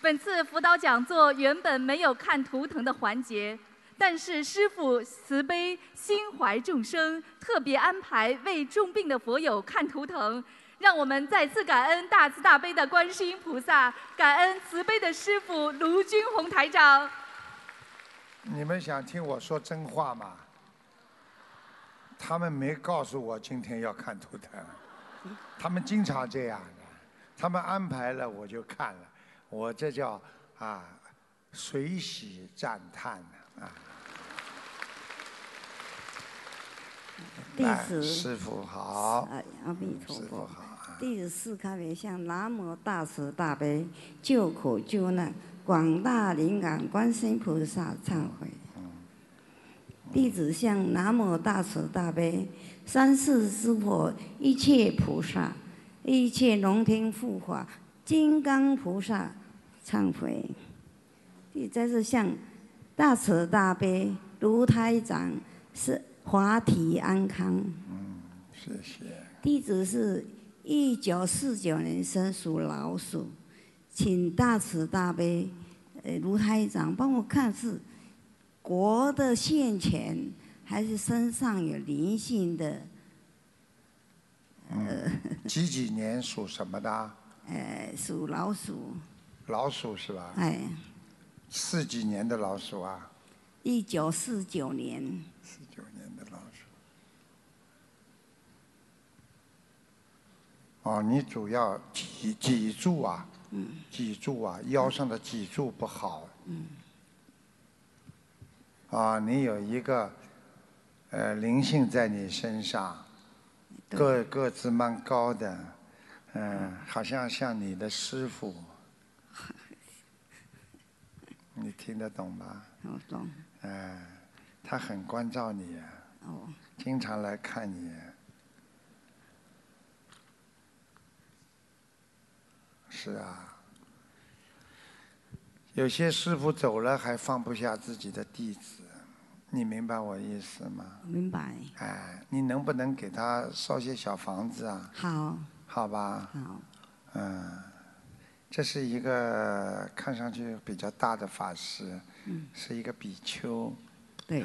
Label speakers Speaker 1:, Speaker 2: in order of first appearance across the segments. Speaker 1: 本次辅导讲座原本没有看图腾的环节，但是师傅慈悲心怀众生，特别安排为重病的佛友看图腾，让我们再次感恩大慈大悲的观世音菩萨，感恩慈悲的师傅卢军宏台长。
Speaker 2: 你们想听我说真话吗？他们没告诉我今天要看图腾，他们经常这样的，他们安排了我就看了，我这叫啊随喜赞叹啊！
Speaker 3: 弟
Speaker 2: 来
Speaker 3: 子
Speaker 2: 师傅好，
Speaker 3: 哎，阿弥陀
Speaker 2: 师傅
Speaker 3: 佛
Speaker 2: 好。哎
Speaker 3: 弟子四开为向，南无大慈大悲救苦救难广大灵感观世音菩萨忏悔。
Speaker 2: 嗯
Speaker 3: 弟子向南无大慈大悲三世诸佛一切菩萨、一切龙天护法、金刚菩萨忏悔。弟再次向大慈大悲如胎长是华体安康。
Speaker 2: 谢谢。
Speaker 3: 地址是一九四九年生，属老鼠，请大慈大悲，呃，卢台长帮我看是国的现钱，还是身上有灵性的？
Speaker 2: 几几年属什么的？
Speaker 3: 呃，属老鼠，
Speaker 2: 老鼠是吧？
Speaker 3: 哎，
Speaker 2: 四几年的老鼠啊？
Speaker 3: 一九四九年，
Speaker 2: 四九年的老鼠。哦，你主要脊脊柱啊，脊柱啊，腰上的脊柱不好。啊，你有一个呃灵性在你身上，
Speaker 3: 对
Speaker 2: 个个子蛮高的，嗯、好像像你的师傅。你听得懂吗？
Speaker 3: 我哦懂，
Speaker 2: 嗯，他很关照你，啊
Speaker 3: 哦，
Speaker 2: 经常来看你，是啊，有些师傅走了还放不下自己的弟子，你明白我意思吗？
Speaker 3: 明白，
Speaker 2: 哎，你能不能给他烧些小房子啊？
Speaker 3: 好，
Speaker 2: 好吧，
Speaker 3: 好，
Speaker 2: 嗯，这是一个看上去比较大的法师，是一个比丘，
Speaker 3: 对，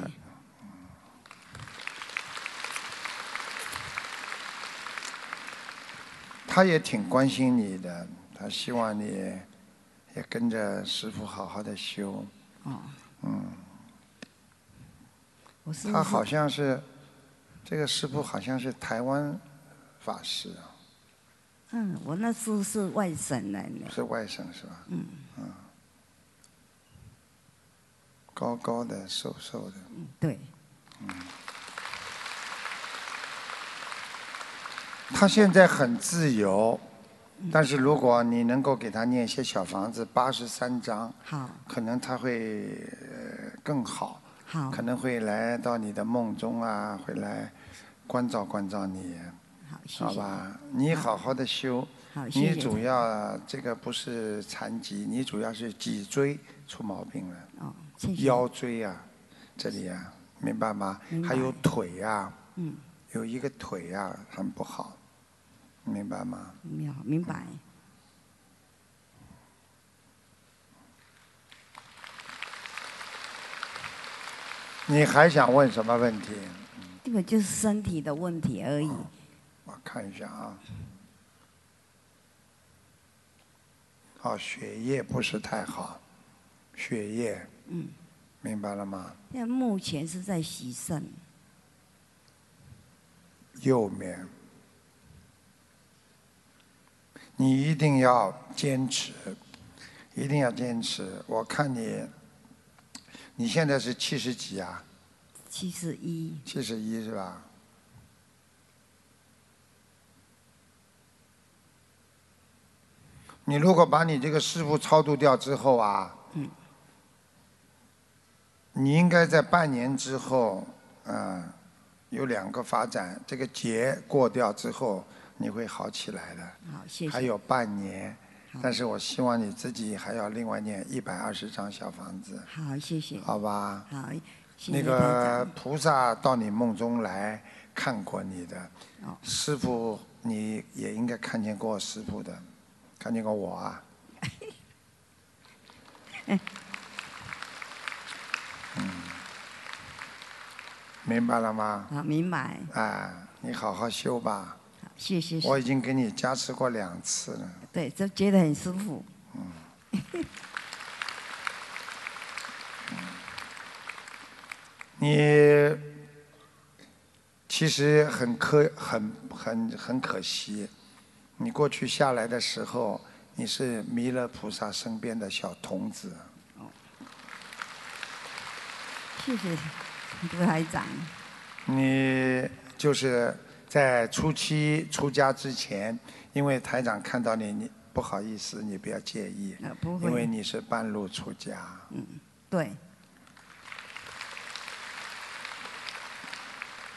Speaker 2: 他也挺关心你的，他希望你也跟着师傅好好的修。
Speaker 3: 哦，我是
Speaker 2: 他好像是这个师傅好像是台湾法师啊，
Speaker 3: 嗯，我那时候是外省人呢，
Speaker 2: 是外省是吧？嗯。高高的，瘦瘦的，
Speaker 3: 对，
Speaker 2: 他现在很自由，但是如果你能够给他念一些小房子，八十三章，
Speaker 3: 好，
Speaker 2: 可能他会呃更好。
Speaker 3: 好
Speaker 2: 可，能会来到你的梦中啊，会来关照关照你，
Speaker 3: 好，谢
Speaker 2: 好
Speaker 3: 谢。
Speaker 2: 吧？你好好的修，
Speaker 3: 好，谢谢
Speaker 2: 你主要这个不是残疾，你主要是脊椎出毛病了，
Speaker 3: 哦，谢谢
Speaker 2: 腰椎啊，这里啊，明白吗？
Speaker 3: 明白
Speaker 2: 还有腿啊，
Speaker 3: 嗯，
Speaker 2: 有一个腿啊很不好，明白吗？
Speaker 3: 明白明白，
Speaker 2: 你还想问什么问题？嗯
Speaker 3: 这个就是身体的问题而已。
Speaker 2: 哦我看一下啊。哦，血液不是太好，血液，嗯，明白了吗？
Speaker 3: 现在目前是在洗肾，
Speaker 2: 右面，你一定要坚持，一定要坚持。我看你，你现在是七十几啊？
Speaker 3: 七十一，
Speaker 2: 七十一是吧？你如果把你这个师傅超度掉之后啊，
Speaker 3: 嗯
Speaker 2: 你应该在半年之后，嗯，有两个发展，这个劫过掉之后，你会好起来的，
Speaker 3: 好，谢
Speaker 2: 还
Speaker 3: 谢。
Speaker 2: 有半年
Speaker 3: 好。
Speaker 2: 但是我希望你自己还要另外念一百二十张小房子，
Speaker 3: 好，谢谢。
Speaker 2: 好吧？
Speaker 3: 好，谢
Speaker 2: 那
Speaker 3: 谢
Speaker 2: 个
Speaker 3: 台
Speaker 2: 菩萨到你梦中来看过你的，
Speaker 3: 哦
Speaker 2: 师傅 你也应该看见过师傅的，看见过我啊？明白了吗？
Speaker 3: 好，明白，
Speaker 2: 啊，你好好修吧。
Speaker 3: 好谢谢。
Speaker 2: 我已经给你加持过两次了。
Speaker 3: 对，就觉得很舒服。
Speaker 2: 你其实很可很很很可惜，你过去下来的时候，你是弥勒菩萨身边的小童子。
Speaker 3: 谢谢 卢台长，
Speaker 2: 你就是在初期出家之前，因为台长看到你，你不好意思，你不要介意，
Speaker 3: 呃，不
Speaker 2: 因为
Speaker 3: 会，
Speaker 2: 你是半路出家。
Speaker 3: 对，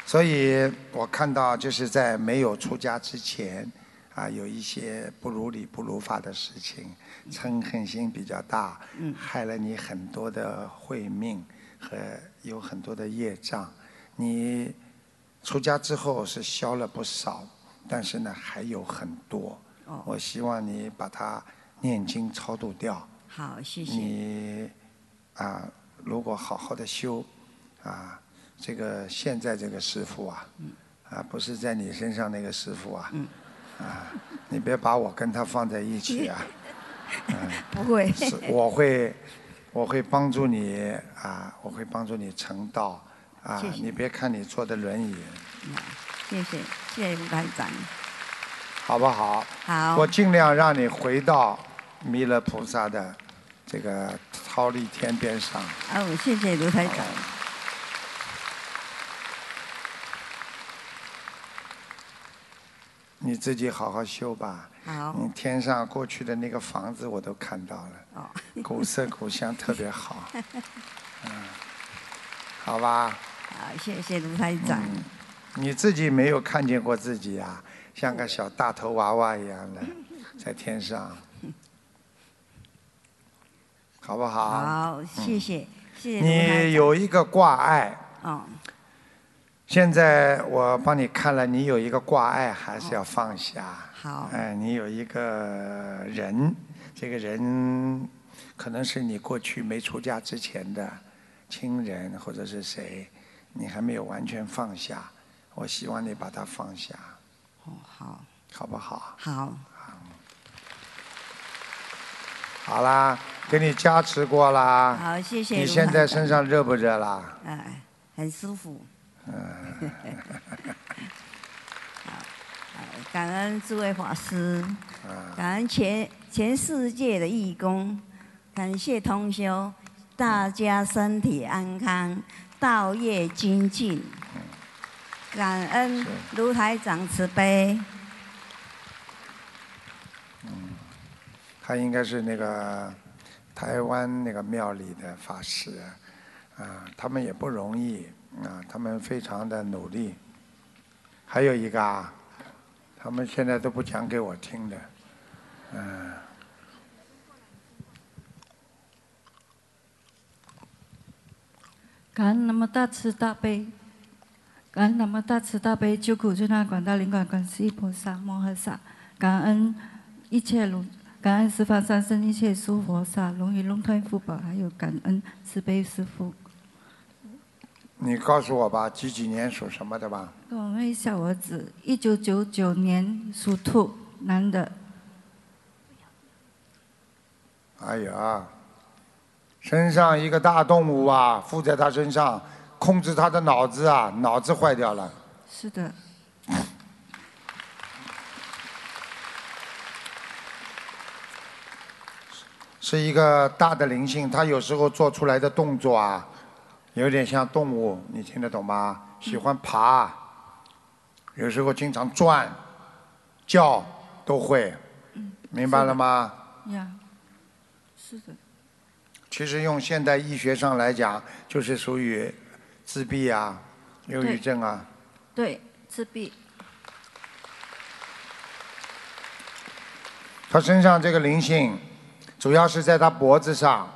Speaker 2: 所以我看到就是在没有出家之前，啊，有一些不如理不如法的事情，嗔恨心比较大，害了你很多的慧命和有很多的业障。你出家之后是消了不少，但是呢还有很多。
Speaker 3: 哦
Speaker 2: 我希望你把它念经超度掉。
Speaker 3: 好，谢谢，
Speaker 2: 你啊，如果好好的修，啊，这个现在这个师傅啊，
Speaker 3: 嗯
Speaker 2: 啊，不是在你身上那个师傅啊，啊，你别把我跟他放在一起 啊，
Speaker 3: 不会，
Speaker 2: 是我会，我会帮助你啊，我会帮助你成道啊
Speaker 3: 谢，谢
Speaker 2: 你别看你坐的轮椅，
Speaker 3: 谢谢，谢谢卢台长，
Speaker 2: 好不好？
Speaker 3: 好
Speaker 2: 我，尽量让你回到弥勒菩萨的这个忉利天边上。
Speaker 3: 哦，谢谢卢台长，
Speaker 2: 你自己好好修吧。
Speaker 3: 好，
Speaker 2: 嗯，天上过去的那个房子我都看到了，
Speaker 3: 哦，
Speaker 2: 古色古香，特别好。 嗯，好吧，
Speaker 3: 好，谢谢卢台长，
Speaker 2: 嗯你自己没有看见过自己啊，像个小大头娃娃一样 的，在天上，好不好？
Speaker 3: 好，谢谢，谢谢卢
Speaker 2: 你
Speaker 3: 台长，
Speaker 2: 有一个挂碍，
Speaker 3: 哦，
Speaker 2: 现在我帮你看了，你有一个挂碍，还是要放下。
Speaker 3: 好，
Speaker 2: 哎，你有一个人，这个人可能是你过去没出家之前的亲人或者是谁，你还没有完全放下。我希望你把它放下，
Speaker 3: 哦，好，
Speaker 2: 好不好？
Speaker 3: 好，
Speaker 2: 好啦，给你加持过啦。
Speaker 3: 好，谢啊谢
Speaker 2: 你
Speaker 3: 卢
Speaker 2: 现在
Speaker 3: 台
Speaker 2: 身
Speaker 3: 长，
Speaker 2: 上热不热啦？
Speaker 3: 哎，很舒服，
Speaker 2: 嗯
Speaker 3: 好，哎感恩诸位法师。
Speaker 2: 嗯
Speaker 3: 感恩全全世界的义工，感谢同修，大家身体安康，道业精进。
Speaker 2: 嗯
Speaker 3: 感恩卢台长慈悲，
Speaker 2: 他应该是那个台湾那个庙里的法师，啊，他们也不容易啊，他们非常的努力。还有一个啊，他们现在都不讲给我听的，嗯、
Speaker 4: 感恩南无大慈大悲，感恩南无大慈大悲救苦救难广大灵感观世音菩萨摩诃萨，感恩一切龙，感恩十方三圣一切诸佛萨龙与龙吞福宝，还有感恩慈悲师父。
Speaker 2: 你告诉我吧，几几年属什么的吧？
Speaker 4: 跟我问一下我儿子，一九九九年属兔，男的，
Speaker 2: 哎呀，身上一个大动物啊，附在他身上，控制他的脑子啊，脑子坏掉了。
Speaker 4: 是的，
Speaker 2: 是一个大的灵性，它有时候做出来的动作啊，有点像动物，你听得懂吗？喜欢爬，有时候经常转、叫都会，明白了吗？
Speaker 4: 呀，是的，
Speaker 2: 其实用现代医学上来讲，就是属于自闭啊、忧郁
Speaker 4: 对
Speaker 2: 症啊。
Speaker 4: 对，自闭，
Speaker 2: 他身上这个灵性，主要是在他脖子上，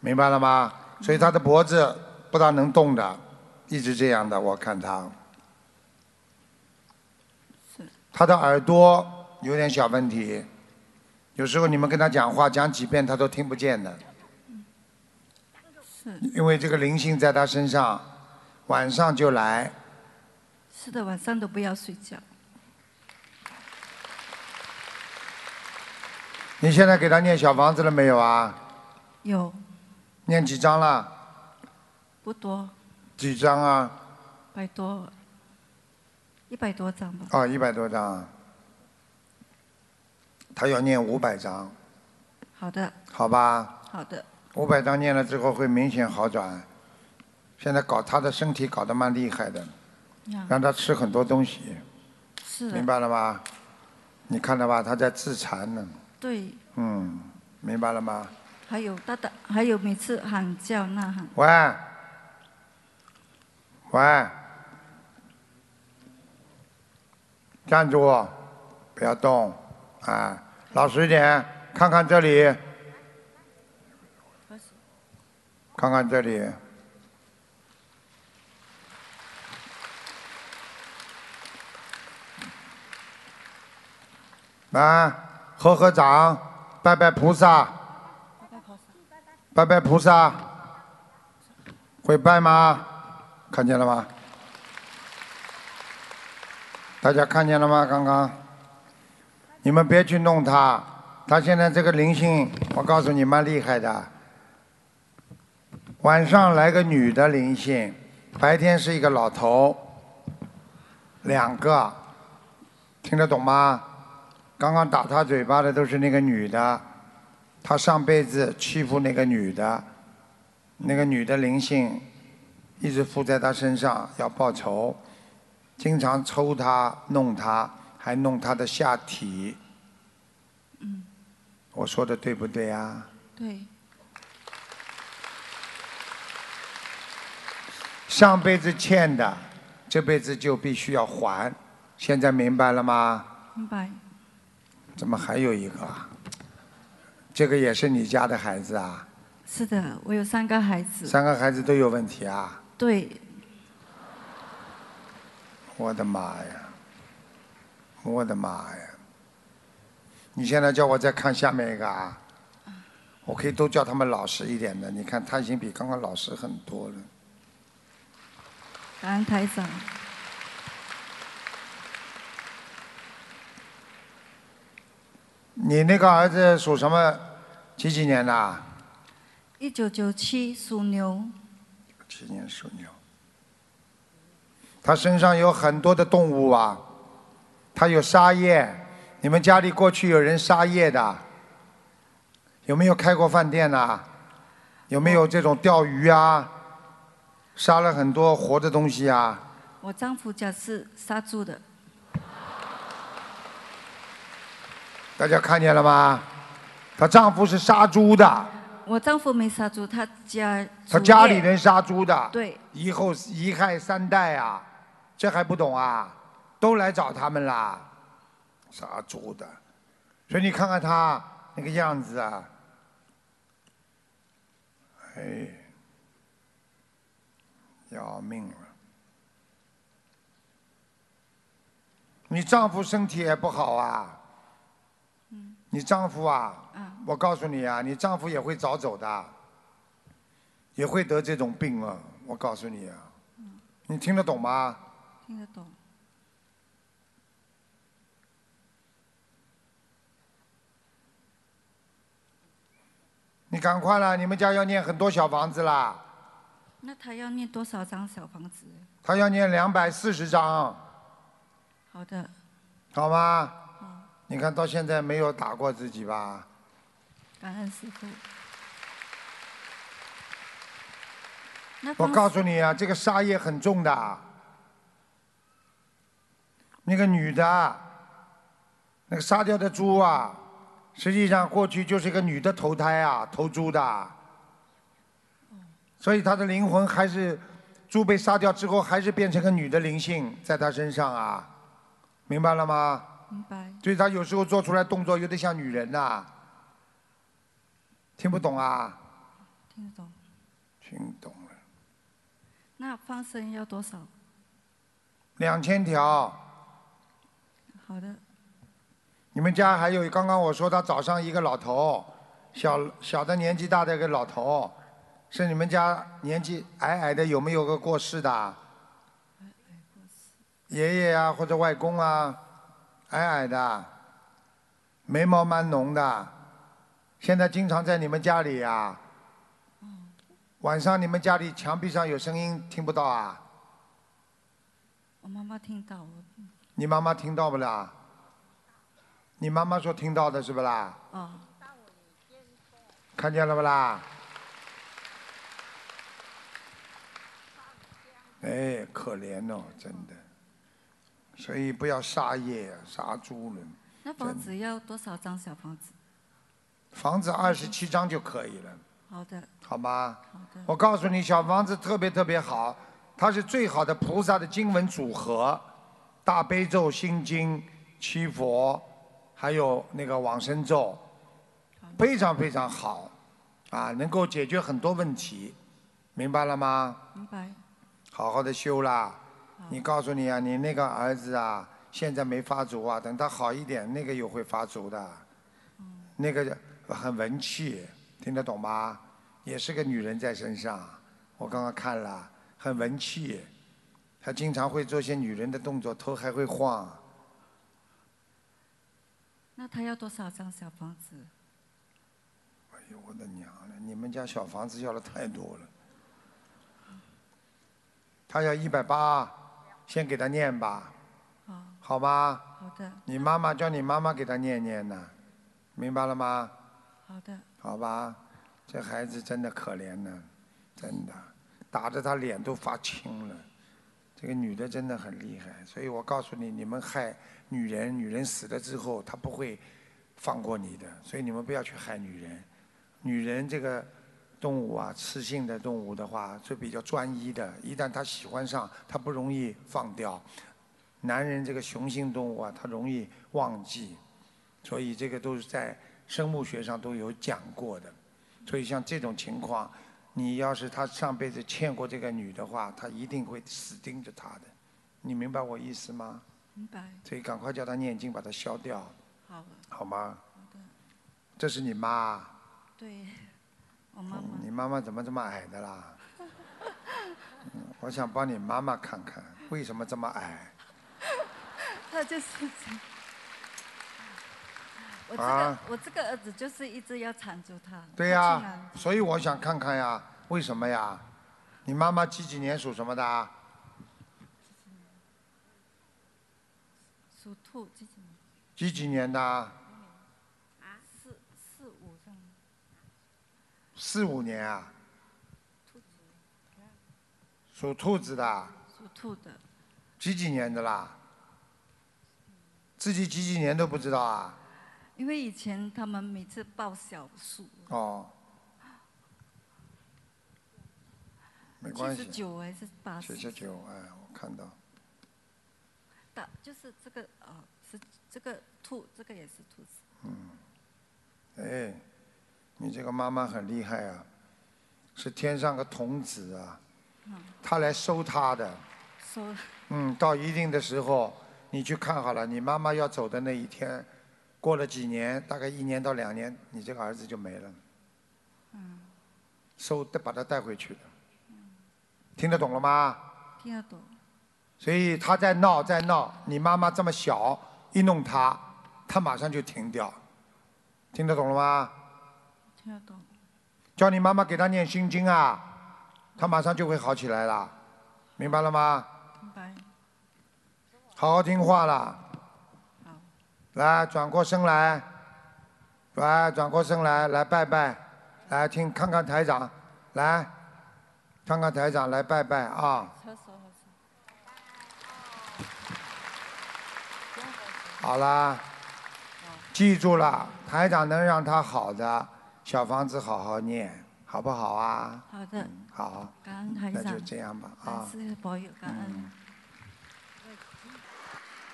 Speaker 2: 明白了吗？所以他的脖子不大能动的，一直这样的，我看他。他的耳朵有点小问题，有时候你们跟他讲话，讲几遍他都听不见的。
Speaker 4: 是
Speaker 2: 因为这个灵性在他身上，晚上就来。
Speaker 4: 是的，晚上都不要睡觉。
Speaker 2: 你现在给他念小房子了没有啊？
Speaker 4: 有
Speaker 2: 念几张了？
Speaker 4: 不多，
Speaker 2: 几张啊？
Speaker 4: 百多，一百多张吧。
Speaker 2: 哦，一百多张啊。他要念五百张，
Speaker 4: 好的，
Speaker 2: 好吧？
Speaker 4: 好的，
Speaker 2: 五百张念了之后会明显好转。现在搞他的身体搞得蛮厉害的，
Speaker 4: 呀，
Speaker 2: 让他吃很多东西。
Speaker 4: 是啊
Speaker 2: 明
Speaker 4: 的，
Speaker 2: 白了吗？你看到吧，他在自残呢。
Speaker 4: 对，
Speaker 2: 嗯，明白了吗？
Speaker 4: 还有大大，还有每次喊叫呐喊，
Speaker 2: 喂，喂，站住，不要动，啊，老实一点，看看这里，看看这里。啊，合合掌，拜拜菩萨，拜拜菩萨。会拜吗？看见了吗？大家看见了吗？刚刚，你们别去弄他，他现在这个灵性，我告诉你蛮厉害的。晚上来个女的灵性，白天是一个老头，两个，听得懂吗？刚刚打他嘴巴的都是那个女的，他上辈子欺负那个女的，那个女的灵性一直附在他身上，要报仇，经常抽他、弄他，还弄他的下体。我说的对不对啊？
Speaker 4: 对，
Speaker 2: 上辈子欠的，这辈子就必须要还。现在明白了吗？
Speaker 4: 明白，
Speaker 2: 怎么还有一个啊？这个也是你家的孩子啊？
Speaker 4: 是的，我有三个孩子，
Speaker 2: 三个孩子都有问题啊？
Speaker 4: 对，
Speaker 2: 我的妈呀！我的妈呀！你现在叫我再看下面一个啊，我可以都叫他们老实一点的。你看他已经比刚刚老实很多了。
Speaker 4: 感恩台长，
Speaker 2: 你那个儿子属什么？几几年的啊？
Speaker 4: 一九九七属牛，
Speaker 2: 七年属牛。他身上有很多的动物啊，他有沙叶。你们家里过去有人杀业的？有没有开过饭店呐、啊有没有这种钓鱼啊？杀了很多活的东西啊？
Speaker 4: 我丈夫家是杀猪的，
Speaker 2: 大家看见了吗？她丈夫是杀猪的，
Speaker 4: 我丈夫没杀猪，他家
Speaker 2: 她
Speaker 4: 主
Speaker 2: 家里
Speaker 4: 业
Speaker 2: 人杀猪的。
Speaker 4: 对，
Speaker 2: 以后遗害三代啊，这还不懂啊？都来找他们啦，杀猪的。所以你看看他那个样子啊，哎，要命了！你丈夫身体也不好啊。你丈夫啊，我告诉你啊，你丈夫也会早走的。也会得这种病啊！我告诉你啊，你听得懂吗？
Speaker 4: 听得懂，
Speaker 2: 你赶快啦！你们家要念很多小房子啦，
Speaker 4: 那他要念多少张小房子？
Speaker 2: 他要念两百四十张，
Speaker 4: 好的，
Speaker 2: 好吗？你看到现在没有打过自己吧？
Speaker 4: 感恩师傅。那
Speaker 2: 我
Speaker 4: 放
Speaker 2: 告诉你啊，这个杀业很重的。那个女的，啊那个杀掉的猪啊，实际上过去就是一个女的投胎啊，投猪的。所以她的灵魂还是猪被杀掉之后，还是变成个女的灵性在她身上啊，明白了吗？
Speaker 4: 明白，
Speaker 2: 所以她有时候做出来动作有点像女人呐、听不懂啊？
Speaker 4: 听得懂。
Speaker 2: 听懂了。
Speaker 4: 那放生要多少？
Speaker 2: 两千条。
Speaker 4: 好的，
Speaker 2: 你们家还有刚刚我说他早上一个老头，小小的年纪大的一个老头，是你们家年纪矮矮的，有没有个过世的啊？爷爷啊，或者外公啊，矮矮的，眉毛蛮浓的，现在经常在你们家里啊。晚上你们家里墙壁上有声音，听不到啊？
Speaker 4: 我妈妈听到我，
Speaker 2: 你妈妈听到不啦？你妈妈说听到的是不啦？
Speaker 4: 哦，
Speaker 2: 看见了不啦？哎，可怜哦，真的。所以不要杀业、啊杀猪了。
Speaker 4: 那房子要多少张小房子？
Speaker 2: 房子二十七张就可以了，
Speaker 4: 好的，
Speaker 2: 好吗？
Speaker 4: 好的，
Speaker 2: 我告诉你，小房子特别特别好，它是最好的菩萨的经文组合，大悲咒、心经、七佛，还有那个往生咒，非常非常好，啊，能够解决很多问题，明白了吗？
Speaker 4: 明白。
Speaker 2: 好好的修啦。你告诉你啊，你那个儿子啊，现在没发足啊，等他好一点，那个又会发足的。那个很文气，听得懂吗？也是个女人在身上，我刚刚看了，很文气。她经常会做些女人的动作，头还会晃。
Speaker 4: 那他要多少张小房子？
Speaker 2: 哎呦，我的娘了！你们家小房子要的太多了。他要一百八，先给他念吧，
Speaker 4: 哦，
Speaker 2: 好吗？
Speaker 4: 好的，
Speaker 2: 你妈妈叫你妈妈给他念念呢，明白了吗？
Speaker 4: 好的，
Speaker 2: 好吧，这孩子真的可怜呢，真的，打得他脸都发青了。这个女的真的很厉害，所以我告诉你，你们害女人，女人死了之后，她不会放过你的，所以你们不要去害女人。女人这个动物啊，雌性的动物的话是比较专一的，一旦她喜欢上，她不容易放掉。男人这个雄性动物啊，他容易忘记，所以这个都是在生物学上都有讲过的。所以像这种情况，你要是他上辈子欠过这个女的话，他一定会死盯着她的。你明白我意思吗？
Speaker 4: 明白，
Speaker 2: 所以赶快叫他念经，把它消掉，
Speaker 4: 好了，
Speaker 2: 好吗？这是你妈，
Speaker 4: 对，我妈妈
Speaker 2: 嗯，你妈妈怎么这么矮的啦？嗯我想帮你妈妈看看，为什么这么矮
Speaker 4: 她就是这样。我这个、
Speaker 2: 啊
Speaker 4: 我这个儿子就是一直要缠住他，
Speaker 2: 对呀、
Speaker 4: 他竟然
Speaker 2: 所以我想看看呀，为什么呀？你妈妈几几年属什么的啊？
Speaker 4: 属兔，几几年？
Speaker 2: 几几年的啊？
Speaker 4: 四四五这样，
Speaker 2: 四五年啊？属兔子的啊，
Speaker 4: 属兔的，
Speaker 2: 几几年的啦？自己几几年都不知道啊？
Speaker 4: 因为以前他们每次报小数，
Speaker 2: 哦，没
Speaker 4: 七
Speaker 2: 关
Speaker 4: 十
Speaker 2: 系，
Speaker 4: 九还是八
Speaker 2: 七
Speaker 4: 十？
Speaker 2: 十九，哎，我看到，
Speaker 4: 大就是这个啊、是这个兔，这个也是兔子，
Speaker 2: 哎，你这个妈妈很厉害啊，是天上个童子啊，她来收她的。
Speaker 4: 收了，
Speaker 2: 嗯，到一定的时候，你去看好了，你妈妈要走的那一天，过了几年，大概一年到两年，你这个儿子就没了。嗯。收带把他带回去的，听得懂了吗？
Speaker 4: 听得懂。
Speaker 2: 所以他在闹，在闹，你妈妈这么小，一弄他，他马上就停掉，听得懂了吗？
Speaker 4: 听得懂，
Speaker 2: 叫你妈妈给他念心经啊，他马上就会好起来了，明白了吗？
Speaker 4: 明白。
Speaker 2: 好好听话啦。
Speaker 4: 好，
Speaker 2: 来，转过身来，来，转过身来，来拜拜，来听看看台长，来看看台长，来拜拜啊！
Speaker 4: 厕所好像
Speaker 2: 好啦，记住了，台长能让他好的小房子好好念，好不好啊？
Speaker 4: 好的，
Speaker 2: 好，
Speaker 4: 感恩台
Speaker 2: 那
Speaker 4: 长
Speaker 2: 就，这样吧
Speaker 4: 感
Speaker 2: 啊！
Speaker 4: 谢保佑，感恩。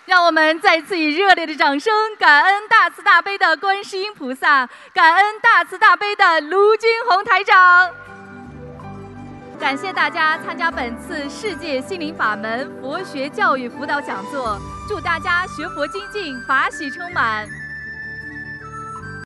Speaker 1: 让我们再次以热烈的掌声，感恩大慈大悲的观世音菩萨，感恩大慈大悲的卢军红台长。感谢大家参加本次世界心灵法门佛学教育辅导讲座，祝大家学佛精进，法喜充满。